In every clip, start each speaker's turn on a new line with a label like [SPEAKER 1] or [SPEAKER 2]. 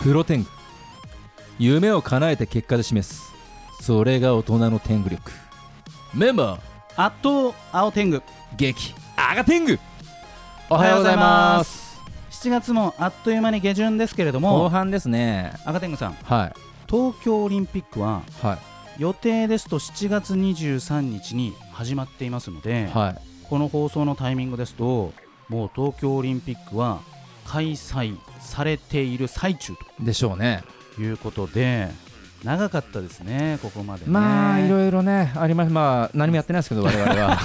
[SPEAKER 1] プロテング夢を叶えて結果で示すそれが大人の天狗力メンバー
[SPEAKER 2] あっと青天狗
[SPEAKER 1] 激アガ天狗お
[SPEAKER 2] は
[SPEAKER 1] は
[SPEAKER 2] よ
[SPEAKER 1] よ
[SPEAKER 2] う
[SPEAKER 1] うござ
[SPEAKER 2] ござい
[SPEAKER 1] い
[SPEAKER 2] ま
[SPEAKER 1] ます
[SPEAKER 2] 7月もあっという間に下旬ですけれど
[SPEAKER 1] 後
[SPEAKER 2] も
[SPEAKER 1] 半ですね
[SPEAKER 2] 赤天狗さん
[SPEAKER 1] はい
[SPEAKER 2] 東京オリンピックは
[SPEAKER 1] は
[SPEAKER 2] 予定ですと7月23日に始まっていますので、
[SPEAKER 1] いはい
[SPEAKER 2] この放送のタイミングですともう東京オリンピックは開催されている最中
[SPEAKER 1] でしょうね
[SPEAKER 2] ということで長かったですねここまでね
[SPEAKER 1] まあいろいろねありますまあ何もやってないですけど我々 は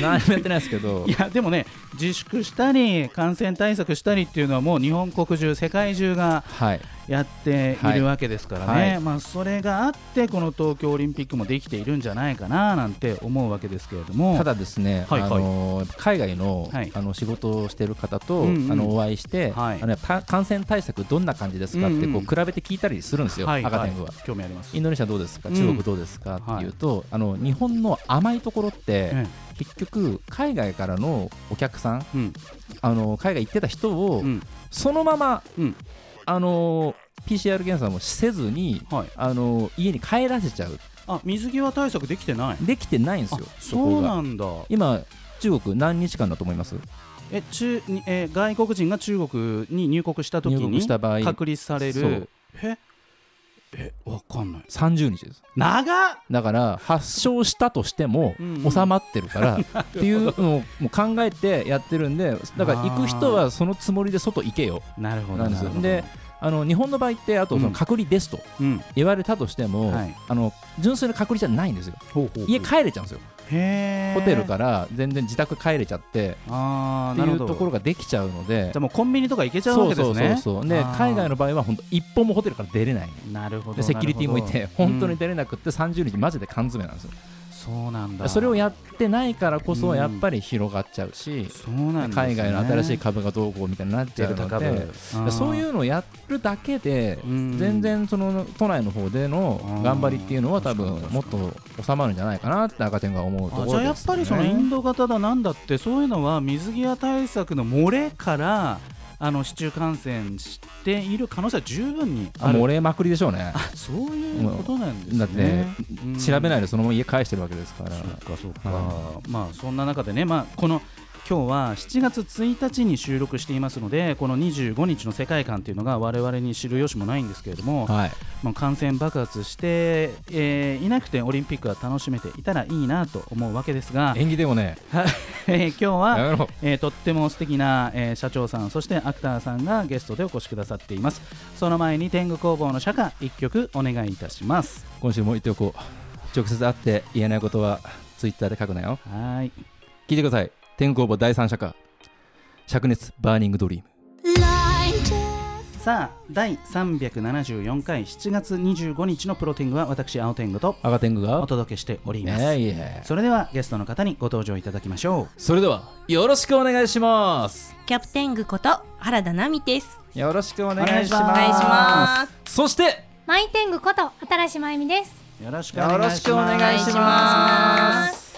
[SPEAKER 1] 何もやってないですけど
[SPEAKER 2] いやでもね自粛したり感染対策したりっていうのはもう日本国中世界中が
[SPEAKER 1] はい
[SPEAKER 2] やっているわけですからね、
[SPEAKER 1] はいはい
[SPEAKER 2] まあ、それがあってこの東京オリンピックもできているんじゃないかななんて思うわけですけれども
[SPEAKER 1] ただですね、
[SPEAKER 2] はいはい
[SPEAKER 1] あの海外の,、
[SPEAKER 2] はい
[SPEAKER 1] あの仕事をしている方と、
[SPEAKER 2] うんうん
[SPEAKER 1] あのお会いして、
[SPEAKER 2] はい
[SPEAKER 1] あのた感染対策どんな感じですかって
[SPEAKER 2] うんう
[SPEAKER 1] こ
[SPEAKER 2] ん
[SPEAKER 1] う比べて聞いたりするんですよ、
[SPEAKER 2] はい
[SPEAKER 1] 赤
[SPEAKER 2] はい
[SPEAKER 1] 天狗は。
[SPEAKER 2] 興味あります
[SPEAKER 1] インドネシアどうですか、
[SPEAKER 2] うん
[SPEAKER 1] 中国どうですかっていうと、あの日本の甘いところって、
[SPEAKER 2] え
[SPEAKER 1] 結局、海外からのお客さん、
[SPEAKER 2] えうん
[SPEAKER 1] あの海外行ってた人を、
[SPEAKER 2] うん
[SPEAKER 1] そのまま、
[SPEAKER 2] うん
[SPEAKER 1] あの PCR 検査もせずに、
[SPEAKER 2] はい
[SPEAKER 1] あの家に帰らせちゃう、
[SPEAKER 2] あ水際対策できてない
[SPEAKER 1] できてないんです
[SPEAKER 2] あ
[SPEAKER 1] よ、
[SPEAKER 2] そう
[SPEAKER 1] こが
[SPEAKER 2] なんだ
[SPEAKER 1] 今、中国、何日間だと思います
[SPEAKER 2] え中にえー外国人が中国に入国した時
[SPEAKER 1] 入国
[SPEAKER 2] に
[SPEAKER 1] した場合
[SPEAKER 2] 隔離され
[SPEAKER 1] そ
[SPEAKER 2] る
[SPEAKER 1] う
[SPEAKER 2] ええわかんない
[SPEAKER 1] 30日です
[SPEAKER 2] 長っ
[SPEAKER 1] だから発症したとしても
[SPEAKER 2] うんうん
[SPEAKER 1] 収まってる からっていうのをもう考えてやってるんでだから行く人はそのつもりで外行けよ
[SPEAKER 2] なるほど
[SPEAKER 1] なんですよ
[SPEAKER 2] なるほど
[SPEAKER 1] であの日本の場合ってあとその隔離ですと
[SPEAKER 2] うん
[SPEAKER 1] 言われたとしても、
[SPEAKER 2] はい
[SPEAKER 1] あの純粋な隔離じゃないんですよ家帰れちゃうんですよ
[SPEAKER 2] へー
[SPEAKER 1] ホテルから全然自宅帰れちゃって
[SPEAKER 2] あ
[SPEAKER 1] っ
[SPEAKER 2] ー
[SPEAKER 1] て
[SPEAKER 2] ないる
[SPEAKER 1] う
[SPEAKER 2] ほど
[SPEAKER 1] ところができちゃうので
[SPEAKER 2] じゃあもうコンビニとか行けちゃうわ
[SPEAKER 1] そう
[SPEAKER 2] けで
[SPEAKER 1] そ
[SPEAKER 2] す
[SPEAKER 1] うそう
[SPEAKER 2] ね
[SPEAKER 1] そうで
[SPEAKER 2] あー
[SPEAKER 1] 海外の場合は本当一歩もホテルから出れない
[SPEAKER 2] なるほど
[SPEAKER 1] でセキュリティもいて本当に
[SPEAKER 2] で
[SPEAKER 1] 出れなくって30日マジで缶詰なんですよ
[SPEAKER 2] そうなんだ
[SPEAKER 1] それをやってないからこ
[SPEAKER 2] う
[SPEAKER 1] そ
[SPEAKER 2] ん
[SPEAKER 1] やっぱり広がっちゃうし、
[SPEAKER 2] そうなんですね
[SPEAKER 1] 海外の新しい株がどうこうみたいになっち
[SPEAKER 2] デ
[SPEAKER 1] ゃう
[SPEAKER 2] ルタ
[SPEAKER 1] の
[SPEAKER 2] 株
[SPEAKER 1] でそういううのをやるだけで
[SPEAKER 2] うん
[SPEAKER 1] 全然その都内の方での頑張りっていうのは多分
[SPEAKER 2] うん
[SPEAKER 1] もっと収まるんじゃないかなって赤点が思うとこ
[SPEAKER 2] あ
[SPEAKER 1] ろで
[SPEAKER 2] じ
[SPEAKER 1] す、
[SPEAKER 2] ゃ
[SPEAKER 1] ね、
[SPEAKER 2] あやっぱりそのインド型だなんだってそういうのは水際対策の漏れからあの市中感染している可能性は十分に
[SPEAKER 1] あ
[SPEAKER 2] ある
[SPEAKER 1] 漏れまくりでしょうね
[SPEAKER 2] あそういうことなんですね
[SPEAKER 1] だって
[SPEAKER 2] うん
[SPEAKER 1] 調べないでそのまま家返してるわけですから
[SPEAKER 2] そうかそうか、
[SPEAKER 1] は
[SPEAKER 2] まあそんな中でね、まあ、この今日は7月1日に収録していますのでこの25日の世界観というのが我々に知る由もないんですけれども、
[SPEAKER 1] はい
[SPEAKER 2] まあ、感染爆発して、えーいなくてオリンピックは楽しめていたらいいなと思うわけですが、
[SPEAKER 1] 縁起でもね
[SPEAKER 2] えー今日は
[SPEAKER 1] やめろ
[SPEAKER 2] えーとっても素敵な、えー社長さんそしてアクターさんがゲストでお越しくださっていますその前に天狗工房の社歌一曲お願いいたします
[SPEAKER 1] 今週も言っておこう直接会って言えないことはツイッターで書くなよ
[SPEAKER 2] はーい
[SPEAKER 1] 聞いてください天候坊第三者か灼熱バーニングドリーム
[SPEAKER 2] さあ第374回7月25日のプロ天狗は私青天狗と
[SPEAKER 1] 赤天狗
[SPEAKER 2] お
[SPEAKER 1] が
[SPEAKER 2] 届けしており
[SPEAKER 1] ね
[SPEAKER 2] ます、
[SPEAKER 1] えいえ
[SPEAKER 2] それではゲストの方にご登場いただきましょ
[SPEAKER 1] それではよろしくお願いします
[SPEAKER 3] キャプテングこと原田奈美です。
[SPEAKER 1] よろしくお願いし
[SPEAKER 2] お
[SPEAKER 3] お
[SPEAKER 1] ま
[SPEAKER 3] 願いし
[SPEAKER 1] す
[SPEAKER 3] ます。
[SPEAKER 1] そして
[SPEAKER 4] マイテングこと新しまゆみです。
[SPEAKER 2] うよろしくお
[SPEAKER 1] よ
[SPEAKER 2] 願
[SPEAKER 1] ろ
[SPEAKER 2] い
[SPEAKER 1] し
[SPEAKER 2] し
[SPEAKER 1] くお
[SPEAKER 2] ます
[SPEAKER 1] 願いします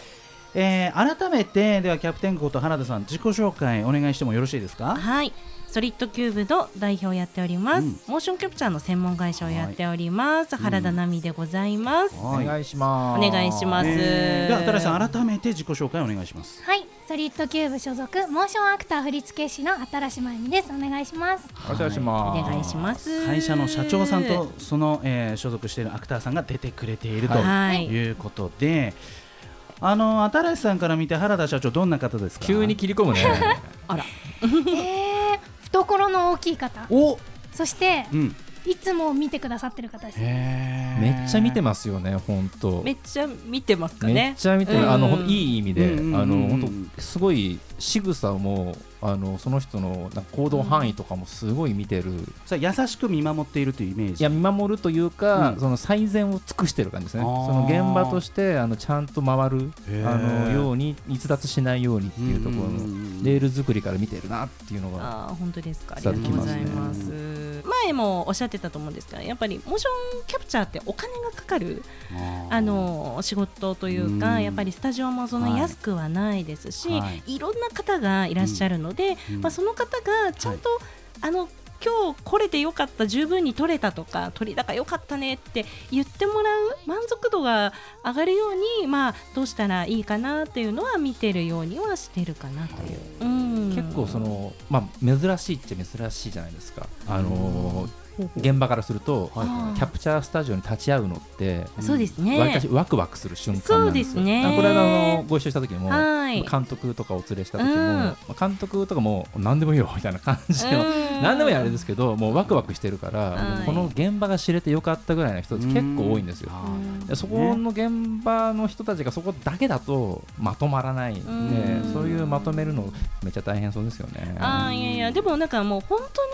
[SPEAKER 2] えー改めてではキャプテンこと原田さん自己紹介お願いしてもよろしいですか
[SPEAKER 3] はい、ソリッドキューブの代表をやっております。
[SPEAKER 2] うん
[SPEAKER 3] モーションキャプチャーの専門会社をやっております。原田奈美でございます。
[SPEAKER 1] お願いしま
[SPEAKER 3] お
[SPEAKER 1] す
[SPEAKER 3] 願いします。
[SPEAKER 2] えーでは新井さん改めて自己紹介お願いします
[SPEAKER 4] はい、ソリッドキューブ所属モーションアクター振付師の新しまゆみです。お願いします。
[SPEAKER 1] お願いします
[SPEAKER 3] お願いします。
[SPEAKER 2] 会社の社長さんとその、えー所属しているアクターさんが出てくれていると
[SPEAKER 3] はい
[SPEAKER 2] いうことで、あの新しさんから見て原田社長どんな方ですか
[SPEAKER 1] 急に切り込む ね
[SPEAKER 3] あら、
[SPEAKER 4] えー、懐の大きい方、
[SPEAKER 2] お、
[SPEAKER 4] そして
[SPEAKER 2] うん、
[SPEAKER 4] いつも見てくださってる方です。
[SPEAKER 1] め
[SPEAKER 2] め
[SPEAKER 1] っちゃ見て
[SPEAKER 2] ま
[SPEAKER 1] ますよね本当
[SPEAKER 3] めっちゃ見てますかね。
[SPEAKER 1] めっちゃ見て
[SPEAKER 3] うん
[SPEAKER 1] あのほんといい意味であ
[SPEAKER 2] うん
[SPEAKER 1] の
[SPEAKER 2] うん
[SPEAKER 1] 本当すごい仕草もあのその人のなんか行動範囲とかもすごい見てる
[SPEAKER 2] すそれ優しく見守っているというイメー
[SPEAKER 1] い
[SPEAKER 2] ジ
[SPEAKER 1] や見守るというか、
[SPEAKER 2] うん
[SPEAKER 1] その最善を尽くしてる感じですね、
[SPEAKER 2] あ
[SPEAKER 1] そ
[SPEAKER 2] ー
[SPEAKER 1] の現場としてあのちゃんと回る
[SPEAKER 2] へー
[SPEAKER 1] あのように、逸脱しないようにっていうところ
[SPEAKER 2] うんうんう
[SPEAKER 1] の
[SPEAKER 2] ん
[SPEAKER 1] レール作りから見てるなっていうのが、
[SPEAKER 3] あー本当ですか。あり
[SPEAKER 1] 伝
[SPEAKER 3] が
[SPEAKER 1] わ
[SPEAKER 3] と
[SPEAKER 1] って
[SPEAKER 3] う
[SPEAKER 1] き
[SPEAKER 3] ご
[SPEAKER 1] ます
[SPEAKER 3] ざ
[SPEAKER 1] ね
[SPEAKER 3] います。前前もおっしゃってたと思うんですがやっぱりモーションキャプチャーってお金がかかるあの仕事という
[SPEAKER 2] う
[SPEAKER 3] か
[SPEAKER 2] ん
[SPEAKER 3] やっぱりスタジオもそ
[SPEAKER 2] は
[SPEAKER 3] の
[SPEAKER 2] い
[SPEAKER 3] 安くはないですし、
[SPEAKER 2] はい
[SPEAKER 3] い、ろんな方がいらっしゃるので、
[SPEAKER 2] うん
[SPEAKER 3] まあ、その方がちゃんと、あの今日来れてよかった十分に取れたとか取り高よかったねって言ってもらう満足度が上がるように、まあ、どうしたらいいかなっていうのは見てるようにはしてるかなという。うん
[SPEAKER 1] 結構その、まあ、珍しいっちゃ珍しいじゃないですか、あのー現場からすると、
[SPEAKER 3] いはい
[SPEAKER 1] キャプチャースタジオに立ち会うのって、
[SPEAKER 3] そうですね
[SPEAKER 1] わりかしワクワクする瞬間なんですよ
[SPEAKER 3] そうですね
[SPEAKER 1] あこれはあのご一緒した時も、
[SPEAKER 3] はい
[SPEAKER 1] 監督とかお連れした時も、
[SPEAKER 3] うん
[SPEAKER 1] まあ監督とかも何でもいいよみたいな感じの、
[SPEAKER 3] うん
[SPEAKER 1] 何でもいいあれですけどもうワクワクしてるから、
[SPEAKER 3] はい
[SPEAKER 1] この現場が知れてよかったぐらいの人たち結構多いんですよ。
[SPEAKER 2] あー
[SPEAKER 1] でそこの現場の人たちがそこだけだとまとまらないんで、
[SPEAKER 3] うん
[SPEAKER 1] そういうまとめるのめっちゃ大変そうですよね。
[SPEAKER 3] あーいやいやでもなんかもう本当に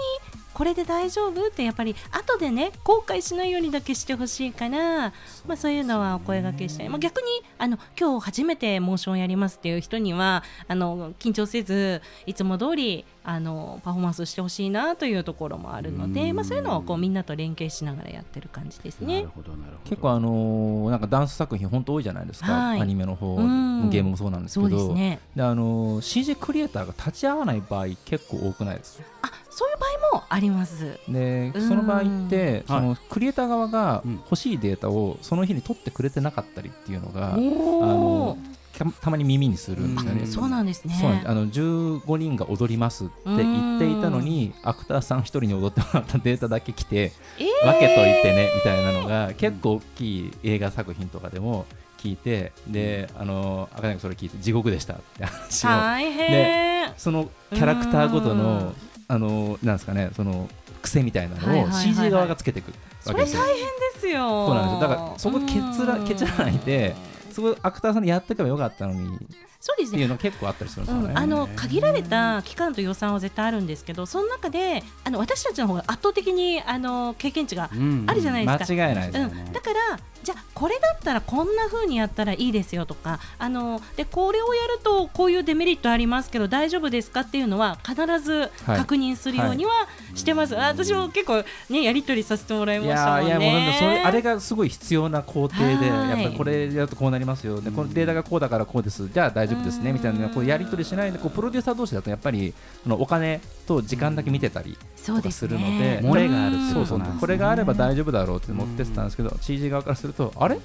[SPEAKER 3] これで大丈夫ってやっぱり後でね後悔しないようにだけしてほしいからまあ、そういうのはお声掛けして、まあ、逆にあの今日初めてモーションやりますっていう人にはあの緊張せずいつも通りあのパフォーマンスしてほしいなというところもあるの
[SPEAKER 2] う
[SPEAKER 3] で、
[SPEAKER 2] ん
[SPEAKER 3] まあ、そういうのをこうみんなと連携しながらやってる感じです
[SPEAKER 2] な
[SPEAKER 3] ね
[SPEAKER 2] る。ほどなるほど
[SPEAKER 1] 結構あのーなんかダンス作品本当多いじゃないですか、
[SPEAKER 3] はい
[SPEAKER 1] アニメの方、
[SPEAKER 3] うん
[SPEAKER 1] ゲームもそうなんですけ
[SPEAKER 3] そう
[SPEAKER 1] ど
[SPEAKER 3] ですね
[SPEAKER 1] であのー CG クリエイターが立ち会わない場合結構多くないですか
[SPEAKER 3] あそういう場合もあります。
[SPEAKER 1] で
[SPEAKER 3] うん
[SPEAKER 1] その場合って、
[SPEAKER 2] は
[SPEAKER 1] そ
[SPEAKER 2] い
[SPEAKER 1] のクリエイター側が
[SPEAKER 2] うん
[SPEAKER 1] 欲しいデータをその日に取ってくれてなかったりっていうのが、
[SPEAKER 3] お
[SPEAKER 1] の
[SPEAKER 3] ー
[SPEAKER 1] たたまに耳にするんですよね。
[SPEAKER 2] うん
[SPEAKER 3] そうなんですね。
[SPEAKER 1] そうなんですあの15人が踊りますって言っていたのにアクターさん1人に踊ってもらったデータだけ来て
[SPEAKER 3] え
[SPEAKER 1] 分けといてねみたいなのが結構大きい映画作品とかでも聞いてであの赤柳それ聞いて地獄でしたって話を
[SPEAKER 3] 大変。
[SPEAKER 1] そのキャラクターごと
[SPEAKER 3] うん
[SPEAKER 1] のあのなんですかねその癖みたいな
[SPEAKER 3] はい
[SPEAKER 1] の
[SPEAKER 3] は
[SPEAKER 1] を
[SPEAKER 3] いはいはい
[SPEAKER 1] CG 側がつけていくわ
[SPEAKER 3] そ
[SPEAKER 1] けで
[SPEAKER 3] れ
[SPEAKER 1] すよ。
[SPEAKER 3] 大変ですよ。
[SPEAKER 1] そうなんですよだからそこ蹴ら
[SPEAKER 3] うん
[SPEAKER 1] 蹴らないでそこアクターさんでやっておけばよかったのに
[SPEAKER 3] そうです
[SPEAKER 1] っ
[SPEAKER 3] ね
[SPEAKER 1] ていうの結構あったりするんですよね。
[SPEAKER 3] うん、あの限られた期間と予算は絶対あるんですけどその中であの私たちの方が圧倒的にあの経験値が、
[SPEAKER 2] うん
[SPEAKER 3] あるじゃないですか
[SPEAKER 1] 間違いないです
[SPEAKER 3] う
[SPEAKER 1] よ
[SPEAKER 3] ん
[SPEAKER 1] ね。
[SPEAKER 3] だからじゃあこれだったらこんな風にやったらいいですよとかあのでこれをやるとこういうデメリットありますけど大丈夫ですかっていうのは必ず
[SPEAKER 1] はい
[SPEAKER 3] 確認するようにはしてます、あ私も結構、ね、やり取りさせてもらいま
[SPEAKER 1] い
[SPEAKER 3] した
[SPEAKER 1] やー
[SPEAKER 3] もんね。
[SPEAKER 1] いやもうなんかそれあれがすごい必要な工程で
[SPEAKER 3] はい
[SPEAKER 1] やっぱりこれだとこうなりますよでこのデータがこうだからこうですじゃあ大丈夫ですね
[SPEAKER 3] うん
[SPEAKER 1] みたいなこうやり取りしないでこうプロデューサー同士だとやっぱりそのお金と時間だけ見てたり
[SPEAKER 3] そう
[SPEAKER 1] と
[SPEAKER 3] で
[SPEAKER 1] か
[SPEAKER 3] す
[SPEAKER 1] す
[SPEAKER 3] ね
[SPEAKER 1] るので
[SPEAKER 2] 漏れがある
[SPEAKER 1] そうそう
[SPEAKER 2] そうなんですね
[SPEAKER 1] これがあれば大丈夫だろうって持ってってたんですけど CG 側からするとあれ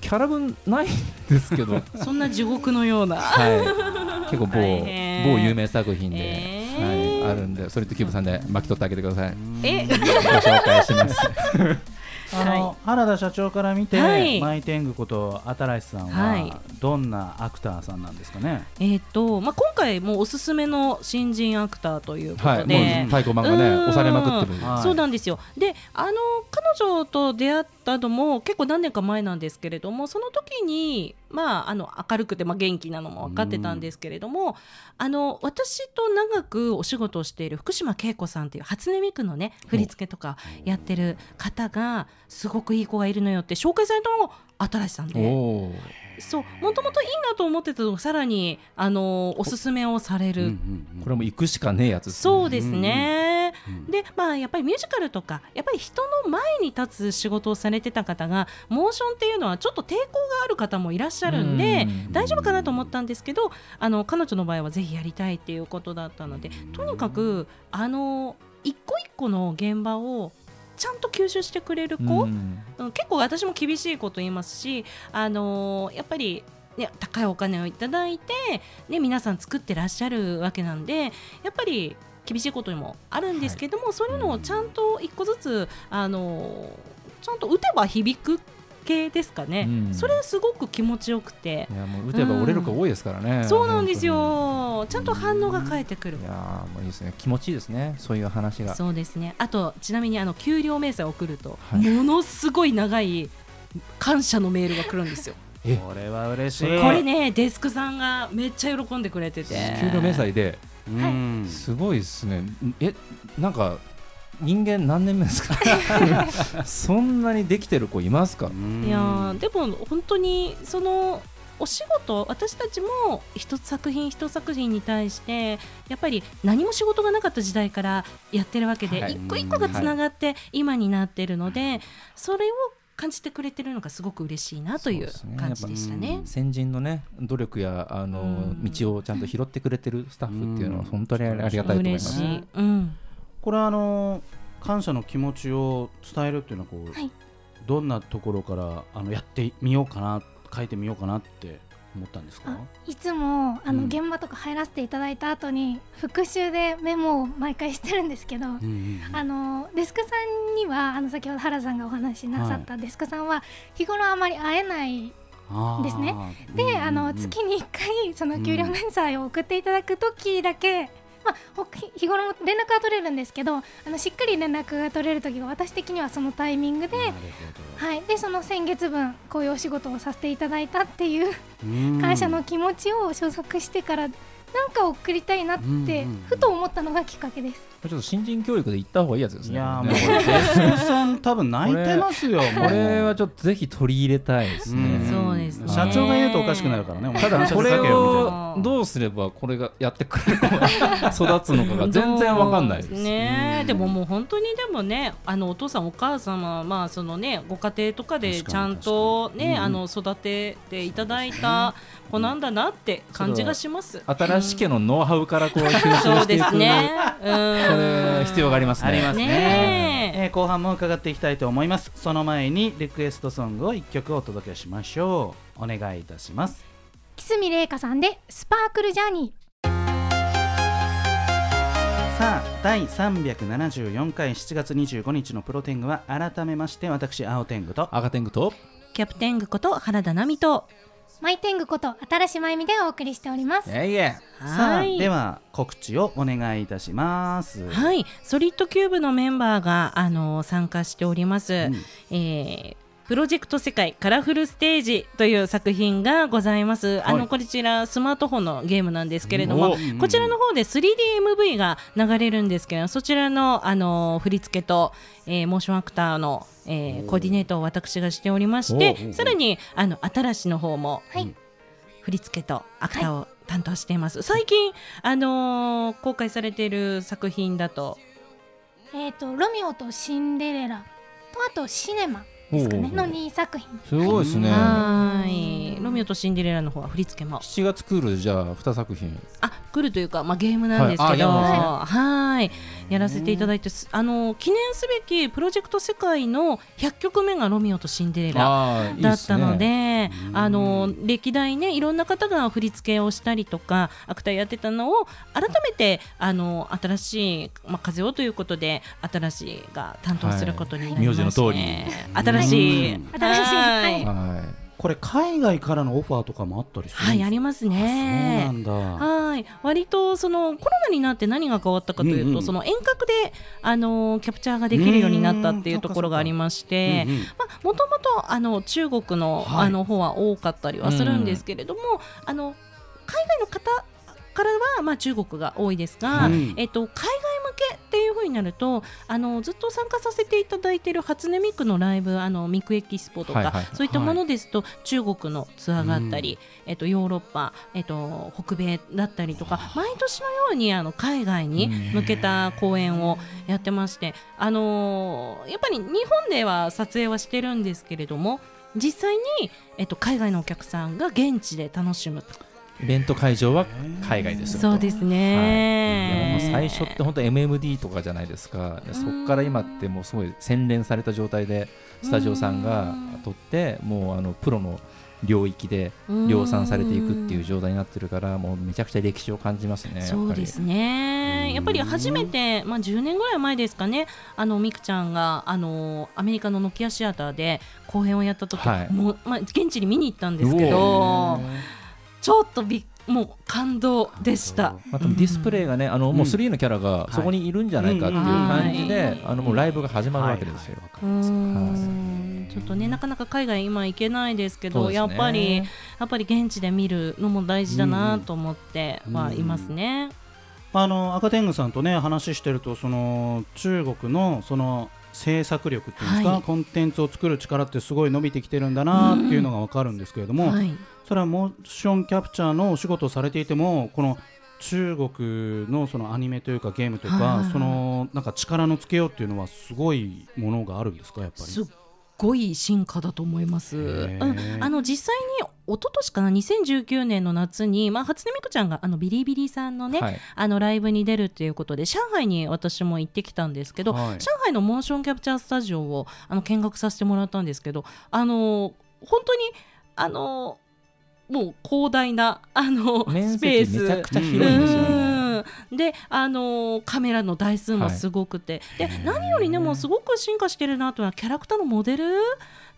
[SPEAKER 1] キャラ分ないんですけど
[SPEAKER 3] そんな地獄のような。
[SPEAKER 1] はい結構某
[SPEAKER 3] 大変
[SPEAKER 1] 某有名作品で
[SPEAKER 3] えー
[SPEAKER 1] はいあるんでそれとキムさんで巻き取ってあげてください
[SPEAKER 3] え
[SPEAKER 1] ご紹介します
[SPEAKER 2] あの、原田社長から見て、
[SPEAKER 3] はい
[SPEAKER 2] マイテングこと新さんは、
[SPEAKER 3] はい
[SPEAKER 2] どんなアクターさんなんですかね。
[SPEAKER 3] えーとまあ、今回もうおすすめの新人アクターというこ
[SPEAKER 1] はい
[SPEAKER 3] と で、
[SPEAKER 1] もう太鼓判がね押されまくってる
[SPEAKER 2] はい
[SPEAKER 3] そうなんですよであの彼女と出会ったのも結構何年か前なんですけれどもその時に、まあ、あの明るくて、まあ、元気なのも分かってたんですけれどもあの私と長くお仕事をしている福島恵子さんという初音ミクのね振り付けとかやってる方がすごくいい子がいるのよって紹介されたのも新さんで。
[SPEAKER 1] おー
[SPEAKER 3] そうもともといいなと思ってたのがさらにあのおすすめをされ
[SPEAKER 2] うんう
[SPEAKER 3] る、
[SPEAKER 2] んうん
[SPEAKER 1] これも行くしかねえやつですね
[SPEAKER 3] そうですね、
[SPEAKER 2] うん
[SPEAKER 3] でまあやっぱりミュージカルとかやっぱり人の前に立つ仕事をされてた方がモーションっていうのはちょっと抵抗がある方もいらっしゃるんで
[SPEAKER 1] うん
[SPEAKER 3] 大丈夫かなと思ったんですけどあの彼女の場合はぜひやりたいっていうことだったのでとにかくあの一個一個の現場をちゃんと吸収してくれる子、
[SPEAKER 1] うん
[SPEAKER 3] うん結構私も厳しいこと言いますし、あのーやっぱり、ね、高いお金をいただいて、ね、皆さん作ってらっしゃるわけなんでやっぱり厳しいことにもあるんですけども、そういうのをちゃんと一個ずつ、あのーちゃんと打てば響く系ですかね、
[SPEAKER 1] うん
[SPEAKER 3] それはすごく気持ちよくて、
[SPEAKER 1] いやもう打てば折れる子多いですからね、
[SPEAKER 3] そうなんです
[SPEAKER 1] 本
[SPEAKER 3] よちゃんと反応が返ってくる
[SPEAKER 1] 当にい。やーもういいですね気持ちいいですねそういう話が
[SPEAKER 3] そうですねあとちなみにあの給料明細を送ると、
[SPEAKER 1] はい
[SPEAKER 3] ものすごい長い感謝のメールが来るんですよ
[SPEAKER 1] え
[SPEAKER 2] これは嬉しい。
[SPEAKER 3] これねデスクさんがめっちゃ喜んでくれてて
[SPEAKER 1] 給料明細で
[SPEAKER 2] うん。
[SPEAKER 1] すごいですねえなんか人間何年目 ですかそんなにできてる子いますか
[SPEAKER 2] うん
[SPEAKER 3] いやーでも本当にそのお仕事私たちも一作品一作品に対してやっぱり何も仕事がなかった時代からやってるわけで、
[SPEAKER 2] はい
[SPEAKER 3] 一個一個がつながって今になってるので、それを感じてくれてるのがすごく嬉しいなとい
[SPEAKER 1] そう
[SPEAKER 3] う
[SPEAKER 1] ですね
[SPEAKER 3] 感じでしたね。
[SPEAKER 1] 先人のね努力やあの
[SPEAKER 3] うん
[SPEAKER 1] 道をちゃんと拾ってくれてるスタッフっていうのは
[SPEAKER 2] うん
[SPEAKER 1] 本当にありありがたいと思いま
[SPEAKER 3] 嬉
[SPEAKER 1] す
[SPEAKER 3] し。い、うん、
[SPEAKER 2] これはあの感謝の気持ちを伝えるっていうのはこう、
[SPEAKER 4] はい
[SPEAKER 2] どんなところからあのやってみようかな書いてみようかなって思ったんですか
[SPEAKER 4] あいつもあの、
[SPEAKER 2] うん
[SPEAKER 4] 現場とか入らせていただいた後に復習でメモを毎回してるんですけど、
[SPEAKER 2] うんうんうん
[SPEAKER 4] あのデスクさんにはあの先ほど原さんがお話しなさったデスクさんは日頃あまり会えない
[SPEAKER 2] あー
[SPEAKER 4] ですね
[SPEAKER 2] うん
[SPEAKER 4] で、
[SPEAKER 2] うんうん
[SPEAKER 4] あの月に1回その給料明細を送っていただく時だけ、まあ、ほ日頃も連絡は取れるんですけどあのしっかり連絡が取れる時が私的にはそのタイミングで,、
[SPEAKER 2] なる
[SPEAKER 4] はい、でその先月分こういうお仕事をさせていただいたっていう
[SPEAKER 2] ほどうん
[SPEAKER 4] 感謝の気持ちを所属してからなんか送りたいなっ
[SPEAKER 2] うんうんう
[SPEAKER 4] て
[SPEAKER 2] ん
[SPEAKER 4] ふと思ったのがきっかけです。
[SPEAKER 1] これちょっと新人教育で行った方がいいやつです
[SPEAKER 2] い
[SPEAKER 1] ね。
[SPEAKER 2] やーもう
[SPEAKER 1] ね
[SPEAKER 2] これデスクさん多分泣いてますよ
[SPEAKER 1] これはち
[SPEAKER 2] ょっ
[SPEAKER 1] ょっとぜひ取り入れたいですね。
[SPEAKER 3] んそうですね
[SPEAKER 2] 社長が言うとおかしくなるから ね
[SPEAKER 1] ただこれ
[SPEAKER 3] みたい
[SPEAKER 1] を
[SPEAKER 3] な
[SPEAKER 1] どうすればこれがやってくれる子が育つのか が全然わかんないです。
[SPEAKER 3] そうね、
[SPEAKER 2] うん
[SPEAKER 3] でももう本当にでもねあのお父さんお母様まあそのねご家庭とかで
[SPEAKER 2] 確
[SPEAKER 3] ち
[SPEAKER 2] か
[SPEAKER 3] ゃ
[SPEAKER 2] に
[SPEAKER 3] んと
[SPEAKER 2] 確かに
[SPEAKER 3] ね、
[SPEAKER 2] うん
[SPEAKER 3] あの育てていただいた子なんだなって感じがします。
[SPEAKER 1] 新し家のノウハウからこう吸収
[SPEAKER 3] そう
[SPEAKER 1] してい
[SPEAKER 3] です
[SPEAKER 1] く、
[SPEAKER 3] ね。
[SPEAKER 1] これ
[SPEAKER 3] うん
[SPEAKER 1] 必要がありますね。
[SPEAKER 2] ありますね
[SPEAKER 3] ねえ
[SPEAKER 2] えー後半も伺っていきたいと思いますその前にリクエストソングを1曲お届けしましょうお願いいたします
[SPEAKER 4] キスミレイカさんでスパークルジャーニー
[SPEAKER 2] さあ第374回7月25日のプロテングは改めまして私青天狗と
[SPEAKER 1] 赤天狗と
[SPEAKER 3] キャプテングこと原田奈美と。
[SPEAKER 4] マイテングこと新しまゆみでお送りしております。
[SPEAKER 1] えいえ
[SPEAKER 2] さあ
[SPEAKER 3] はい
[SPEAKER 2] では告知をお願いいたします
[SPEAKER 3] はい、ソリッドキューブのメンバーがあの参加しております。
[SPEAKER 2] ん
[SPEAKER 3] えープロジェクト世界カラフルステージという作品がございます。あ
[SPEAKER 2] は
[SPEAKER 3] の
[SPEAKER 2] い
[SPEAKER 3] こちらスマートフォンのゲームなんですけれど
[SPEAKER 1] うん
[SPEAKER 3] も
[SPEAKER 1] お、
[SPEAKER 3] こちらの方で 3DMV が流れるんですけど、そちらのあの振り付けと、えーモーションアクターの、えーコーディネートを私がしておりまし
[SPEAKER 1] お
[SPEAKER 3] て、さらにあの新しの方も
[SPEAKER 4] はい、
[SPEAKER 3] 振り付けとアクターを担当しています。最近あのー公開されている作品だと。
[SPEAKER 4] えっ、とロミオとシンデレラとあとシネマですかね
[SPEAKER 1] おう
[SPEAKER 4] の2作品。
[SPEAKER 1] すごいですね。
[SPEAKER 3] はい、ロミオとシンデレラの方は振り付けも。
[SPEAKER 1] 7月クールでじゃあ2作品
[SPEAKER 3] あ、来るというか、まあ、ゲームなんです
[SPEAKER 1] はいあ
[SPEAKER 3] けど、
[SPEAKER 1] やるんですね
[SPEAKER 3] はい、やらせていただいて、すあの記念すべきプロジェクト世界の100曲目がロミオとシンデレラ。
[SPEAKER 1] あーいい
[SPEAKER 3] だ
[SPEAKER 1] っ
[SPEAKER 3] っ
[SPEAKER 1] す
[SPEAKER 3] た
[SPEAKER 1] ね
[SPEAKER 3] のであの歴代ねいろんな方が振り付けをしたりとかアクターやってたのを改めてあの新しい、まあ、風をということで新しいが担当することになりまして、
[SPEAKER 1] はい名字の通り
[SPEAKER 3] 新し
[SPEAKER 2] う
[SPEAKER 3] い
[SPEAKER 2] ん
[SPEAKER 4] 新しいはい
[SPEAKER 3] はい、
[SPEAKER 1] は
[SPEAKER 2] これ海外からのオファーとかもあったりする
[SPEAKER 3] はいあり
[SPEAKER 2] ま
[SPEAKER 3] ます
[SPEAKER 2] す
[SPEAKER 3] ね。
[SPEAKER 2] そうなんだ
[SPEAKER 3] はい割とそのコロナになって何が変わったかというと、
[SPEAKER 2] うんうん
[SPEAKER 3] その遠隔であのキャプチャーができるようになったっていうところがありまして
[SPEAKER 2] うんうん
[SPEAKER 3] もともとあの中国の,、
[SPEAKER 2] はい
[SPEAKER 3] あの方は多かったりはするんですけれども、あの海外の方からは、まあ、中国が多いですが、
[SPEAKER 2] うん
[SPEAKER 3] えっと、海外向けっていうふうになるとあのずっと参加させていただいている初音ミクのライブあのミクエキスポとか、
[SPEAKER 1] はいはい
[SPEAKER 3] そういったものですと、中国のツアーがあったり、えっと、ヨーロッパ、えっと、北米だったりとか毎年のようにあの海外に向けた公演をやってまして、あのーやっぱり日本では撮影はしてるんですけれども実際に、えっと、海外のお客さんが現地で楽しむと
[SPEAKER 1] い、イベント会場は海外ですよと
[SPEAKER 3] そうです
[SPEAKER 1] はい
[SPEAKER 3] ね、
[SPEAKER 1] いやもう最初って本当 MMD とかじゃないですかでそこから今ってもうすごい洗練された状態でスタジオさんが撮ってもうあのプロの領域で量産されていくっていう状態になってるからもうめちゃくちゃ歴史を感じますね。
[SPEAKER 3] そうですねやっぱり初めて、まあ、10年ぐらい前ですかねあのみくちゃんがあのアメリカのノキアシアターで公演をやった時、
[SPEAKER 1] はい
[SPEAKER 3] もうまあ、現地に見に行ったんですけどちょっとびっもう感動でした。
[SPEAKER 1] まあ、多分ディスプレイがね、あのもう
[SPEAKER 2] うん
[SPEAKER 1] 3のキャラがそこにいるんじゃないかっていう感じで、
[SPEAKER 3] はい
[SPEAKER 1] あのもうライブが始まるわけですよ。
[SPEAKER 3] うーんちょっとねなかなか海外今行けないですけど
[SPEAKER 1] そうです
[SPEAKER 3] や
[SPEAKER 1] ね
[SPEAKER 3] っぱりやっぱり現地で見るのも大事だなと思ってはいますね。
[SPEAKER 2] あの赤天狗さんとね話してるとその中国のその制作力っていうんですか、
[SPEAKER 3] はい
[SPEAKER 2] コンテンツを作る力ってすごい伸びてきてるんだなっていうのが分かるんですけれども、
[SPEAKER 3] はい、
[SPEAKER 2] それはモーションキャプチャーのお仕事をされていてもこの中国のそのアニメというかゲームとか、
[SPEAKER 3] はい
[SPEAKER 2] そのなんか力のつけようっていうのはすごいものがあるんですかやっぱり。
[SPEAKER 3] すっごい進化だと思います。
[SPEAKER 2] へー
[SPEAKER 3] うん、あの実際に一昨年かな2019年の夏に、まあ、初音ミクちゃんがあのビリビリさんのね、
[SPEAKER 1] はい
[SPEAKER 3] あのライブに出るということで上海に私も行ってきたんですけど、
[SPEAKER 2] はい
[SPEAKER 3] 上海のモーションキャプチャースタジオをあの見学させてもらったんですけどあの本当にあのもう広大なあの
[SPEAKER 1] 面
[SPEAKER 3] スペー
[SPEAKER 1] 積
[SPEAKER 3] ス
[SPEAKER 1] めちゃくちゃ広いんですよね。
[SPEAKER 3] うんであのーカメラの台数もすごくて、で何よりねもうすごく進化してるなとはキャラクターのモデル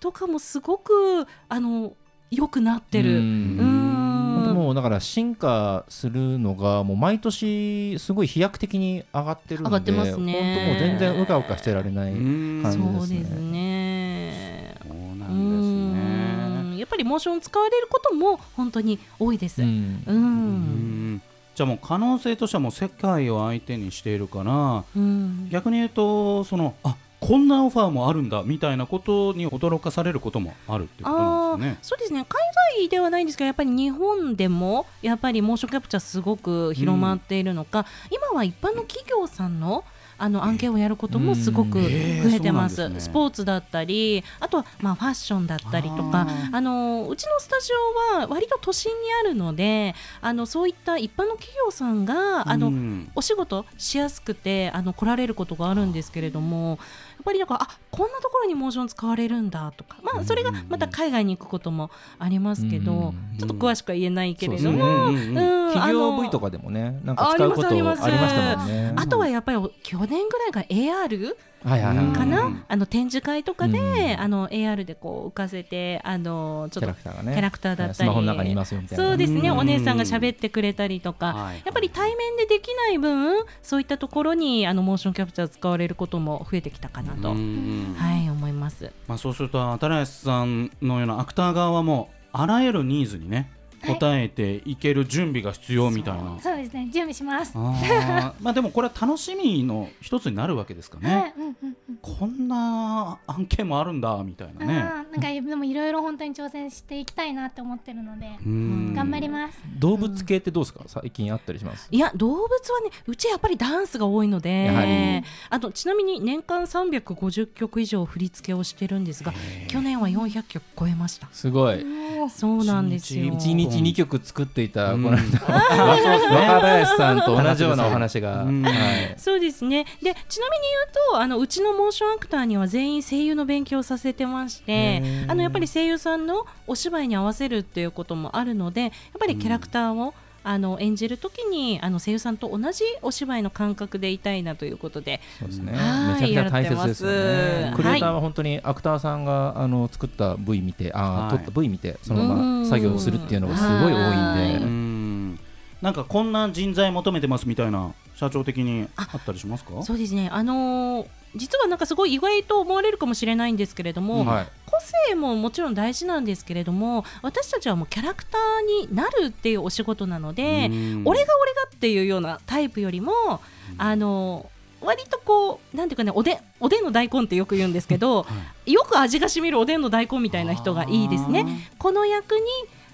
[SPEAKER 3] とかもすごくあの良くなって
[SPEAKER 1] う
[SPEAKER 3] る。
[SPEAKER 1] ん
[SPEAKER 3] う
[SPEAKER 1] 本当
[SPEAKER 3] ん
[SPEAKER 1] もうだから進化するのがもう毎年すごい飛躍的に上がってるんで
[SPEAKER 3] 上がってますね
[SPEAKER 1] 本当もう全然うかうかしてられない、
[SPEAKER 2] うん
[SPEAKER 1] 感じ
[SPEAKER 3] そう
[SPEAKER 1] ですね
[SPEAKER 3] ですね。
[SPEAKER 2] そう
[SPEAKER 3] う
[SPEAKER 2] なんですね。
[SPEAKER 3] んやっぱりモーション使われることも本当に多いです。
[SPEAKER 1] う
[SPEAKER 3] うん
[SPEAKER 1] ん
[SPEAKER 3] うん
[SPEAKER 2] じゃあもう可能性としてはもう世界を相手にしているから逆に言うとそのあこんなオファーもあるんだみたいなことに驚かされることもあるってことな
[SPEAKER 3] あ
[SPEAKER 2] ん
[SPEAKER 3] ー
[SPEAKER 2] です
[SPEAKER 3] そうですね海外ではないんですけどやっぱり日本でもやっぱりモーションキャプチャーすごく広まっているのか、今は一般の企業さんのあの案件をやることもすごく
[SPEAKER 1] うん
[SPEAKER 3] 増
[SPEAKER 2] えー
[SPEAKER 3] えてます,、
[SPEAKER 2] そうなんですね
[SPEAKER 3] スポーツだったりあとはまあファッションだったりと
[SPEAKER 2] あ
[SPEAKER 3] か
[SPEAKER 2] ー
[SPEAKER 3] あのうちのスタジオは割と都心にあるのであのそういった一般の企業さんが
[SPEAKER 2] ね。
[SPEAKER 3] あの、
[SPEAKER 2] うん
[SPEAKER 3] お仕事しやすくてあの来られることがあるんですけれどもやっぱりなんかあこんなところにモーション使われるんだとか、まあ、それがまた海外に行くこともありますけ
[SPEAKER 1] うんうんう
[SPEAKER 3] ど
[SPEAKER 1] ん
[SPEAKER 3] ちょっと詳しくは言えないけれ
[SPEAKER 1] そ
[SPEAKER 3] ど
[SPEAKER 1] うですね
[SPEAKER 2] う
[SPEAKER 3] も。
[SPEAKER 2] んうんうん
[SPEAKER 3] うん
[SPEAKER 1] 企業
[SPEAKER 3] あの
[SPEAKER 1] V とかでもねなんか使うことありましたもんね。
[SPEAKER 3] あとはやっぱり去年ぐらいが AR
[SPEAKER 1] はいはいはい
[SPEAKER 3] か
[SPEAKER 2] う
[SPEAKER 3] な、
[SPEAKER 2] ん
[SPEAKER 3] あの展示会とか
[SPEAKER 1] う
[SPEAKER 3] で、
[SPEAKER 1] ん
[SPEAKER 3] あの AR でこう浮かせてあのち
[SPEAKER 1] キ
[SPEAKER 3] ょ
[SPEAKER 1] ャ
[SPEAKER 3] っ
[SPEAKER 1] ラ
[SPEAKER 3] と
[SPEAKER 1] クターがね
[SPEAKER 3] キャラクターだったり
[SPEAKER 1] スマホの中にいますよみたいな
[SPEAKER 3] そうですね
[SPEAKER 2] うん
[SPEAKER 3] お姉さんが喋ってくれたりとか、
[SPEAKER 2] はい
[SPEAKER 3] やっぱり対面でできない分そういったところにあのモーションキャプチャー使われることも増えてきたかなと、
[SPEAKER 2] うんうん
[SPEAKER 3] はい思います。
[SPEAKER 2] まあそうすると新しさんのようなアクター側はもうあらゆるニーズにね応えていける準備が必要みたいな。
[SPEAKER 4] そうですね準備します
[SPEAKER 2] あーまあでもこれは楽しみの一つになるわけですかね。
[SPEAKER 4] はい、うんうんうん
[SPEAKER 2] こんな案件もあるんだみたいなね。
[SPEAKER 4] あーなんかでもいろいろ本当に挑戦していきたいなって思ってるので、
[SPEAKER 2] うん
[SPEAKER 4] 頑張ります。
[SPEAKER 1] 動物系ってどうですか最近あったりします
[SPEAKER 3] いや動物はねうちやっぱりダンスが多いの
[SPEAKER 1] やは
[SPEAKER 3] で
[SPEAKER 1] り
[SPEAKER 3] あとちなみに年間350曲以上振り付けをしてるんですが去年は400曲超えました。
[SPEAKER 1] すごい
[SPEAKER 3] そうなんですよ。
[SPEAKER 1] 一日二曲作っていたこ
[SPEAKER 2] うん
[SPEAKER 1] の間若林さんと同じようなお話が
[SPEAKER 2] うん
[SPEAKER 1] はい
[SPEAKER 3] そうですねでちなみに言うとあのうちのモーションアクターには全員声優の勉強をさせてまして
[SPEAKER 1] へー
[SPEAKER 3] あのやっぱり声優さんのお芝居に合わせるっていうこともあるのでやっぱりキャラクターを、あの演じるときにあの声優さんと同じお芝居の感覚でいたいなということで
[SPEAKER 1] そうですね。め
[SPEAKER 3] はい
[SPEAKER 1] ちゃくちゃ大切ですよ
[SPEAKER 3] やってま
[SPEAKER 1] ね。
[SPEAKER 3] す
[SPEAKER 1] クリエイターは本当にアクターさんがあの作った V 見て、あ
[SPEAKER 2] は
[SPEAKER 1] あ
[SPEAKER 2] い
[SPEAKER 1] 撮った V 見てそのま
[SPEAKER 3] う
[SPEAKER 1] ま
[SPEAKER 3] ん
[SPEAKER 1] 作業するっていうのがすごい多い
[SPEAKER 2] うん
[SPEAKER 1] で。
[SPEAKER 2] んなんかこんな人材求めてますみたいな社長的にあったりしますか？
[SPEAKER 3] そうですねあのー実はなんかすごい意外と思われるかもしれないんですけれど
[SPEAKER 2] う
[SPEAKER 3] も、
[SPEAKER 2] ん
[SPEAKER 1] はい。
[SPEAKER 3] 個性ももちろん大事なんですけれども私たちはもうキャラクターになるっていうお仕事なので、
[SPEAKER 2] うん
[SPEAKER 3] 俺が俺がっていうようなタイプよりも、あの割とこうなんていうかねおでんおでんの大根ってよく言うんですけど、よく味がしみるおでんの大根みたいな人がいいですね。この役に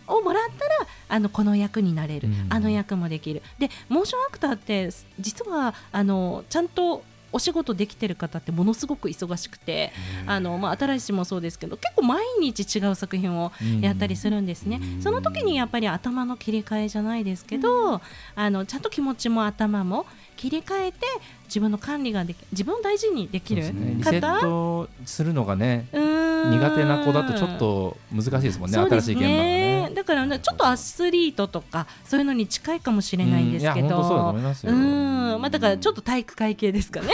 [SPEAKER 3] をもらったらあのこの役になれる、
[SPEAKER 1] うん
[SPEAKER 3] あの役もできるでモーションアクターって実はあのちゃんとお仕事できてる方ってものすごく忙しくてあの、まあ、新しいもそうですけど結構毎日違う作品をやったりするんですね、
[SPEAKER 2] うん
[SPEAKER 3] その時にやっぱり頭の切り替えじゃないですけど、あのちゃんと気持ちも頭も切り替えて自分の管理ができ自分を大事にでき
[SPEAKER 1] そうで
[SPEAKER 3] る
[SPEAKER 1] すね。リセ
[SPEAKER 3] 方
[SPEAKER 1] ットするのがね
[SPEAKER 3] うーん
[SPEAKER 1] 苦手な子だとちょっと難しいですもんね。
[SPEAKER 3] そうで
[SPEAKER 1] 新し
[SPEAKER 3] す
[SPEAKER 1] い現場が
[SPEAKER 3] ね
[SPEAKER 1] ね。
[SPEAKER 3] だからねちょっとアスリートとかそういうのに近いかもしれないんですけ
[SPEAKER 1] うんいや本当そうだと
[SPEAKER 3] ど
[SPEAKER 1] 思います
[SPEAKER 3] う
[SPEAKER 1] よ。
[SPEAKER 3] んまあだからちょっと体育会系ですかね。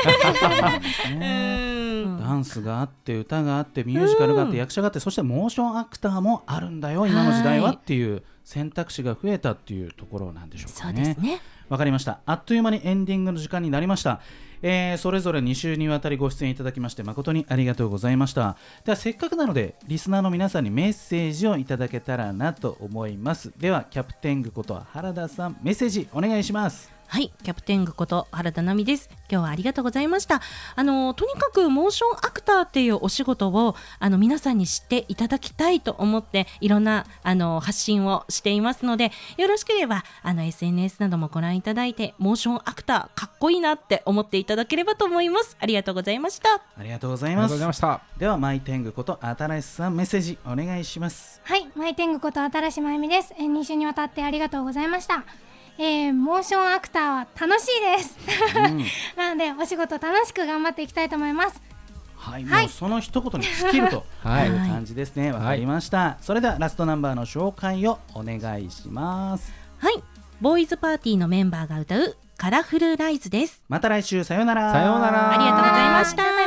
[SPEAKER 2] ね
[SPEAKER 3] うん
[SPEAKER 2] ダンスがあって歌があってミュージカルがあって役者があってそしてモーションアクターもあるんだよ今の時代は
[SPEAKER 3] はい
[SPEAKER 2] っていう選択肢が増えたっていうところなんでしょう
[SPEAKER 3] そ
[SPEAKER 2] か
[SPEAKER 3] うで
[SPEAKER 2] ね。
[SPEAKER 3] すね。
[SPEAKER 2] わかりました。あっという間にエンディングの時間になりました。えーそれぞれ2週にわたりご出演いただきまして誠にありがとうございました。ではせっかくなのでリスナーの皆さんにメッセージをいただけたらなと思います。ではキャプテングこと原田さんメッセージお願いします。
[SPEAKER 3] はい、キャプテングこと原田奈美です。今日はありがとうございました。あのとにかくモーションアクターっていうお仕事をあの皆さんに知っていただきたいと思っていろんなあの発信をしていますので、よろしければあの SNS などもご覧いただいてモーションアクターかっこいいなって思っていただければと思います。ありがとうございました。
[SPEAKER 2] ありがとうござ
[SPEAKER 1] あ
[SPEAKER 2] い
[SPEAKER 1] りが
[SPEAKER 2] ま
[SPEAKER 1] とうご
[SPEAKER 2] す
[SPEAKER 1] ざいました。
[SPEAKER 2] ではマイテングこと新しさんメッセージお願いします
[SPEAKER 4] はい、マイテングこと新しまゆみです。えー、2週にわたってありがとうございました。えー、モーションアクターは楽しいです。 なので、お仕事楽しく頑張っていきたいと思います。
[SPEAKER 2] はい、
[SPEAKER 4] はい
[SPEAKER 2] もうその一言に尽き ると
[SPEAKER 1] はい
[SPEAKER 2] いう感じですねわ、かりました、それではラストナンバーの紹介をお願いします
[SPEAKER 3] はい、ボーイズパーティーのメンバーが歌うカラフルライズです。
[SPEAKER 2] また来週さようなら
[SPEAKER 1] さようなら
[SPEAKER 3] ありがとうございました。
[SPEAKER 4] ありがとうございました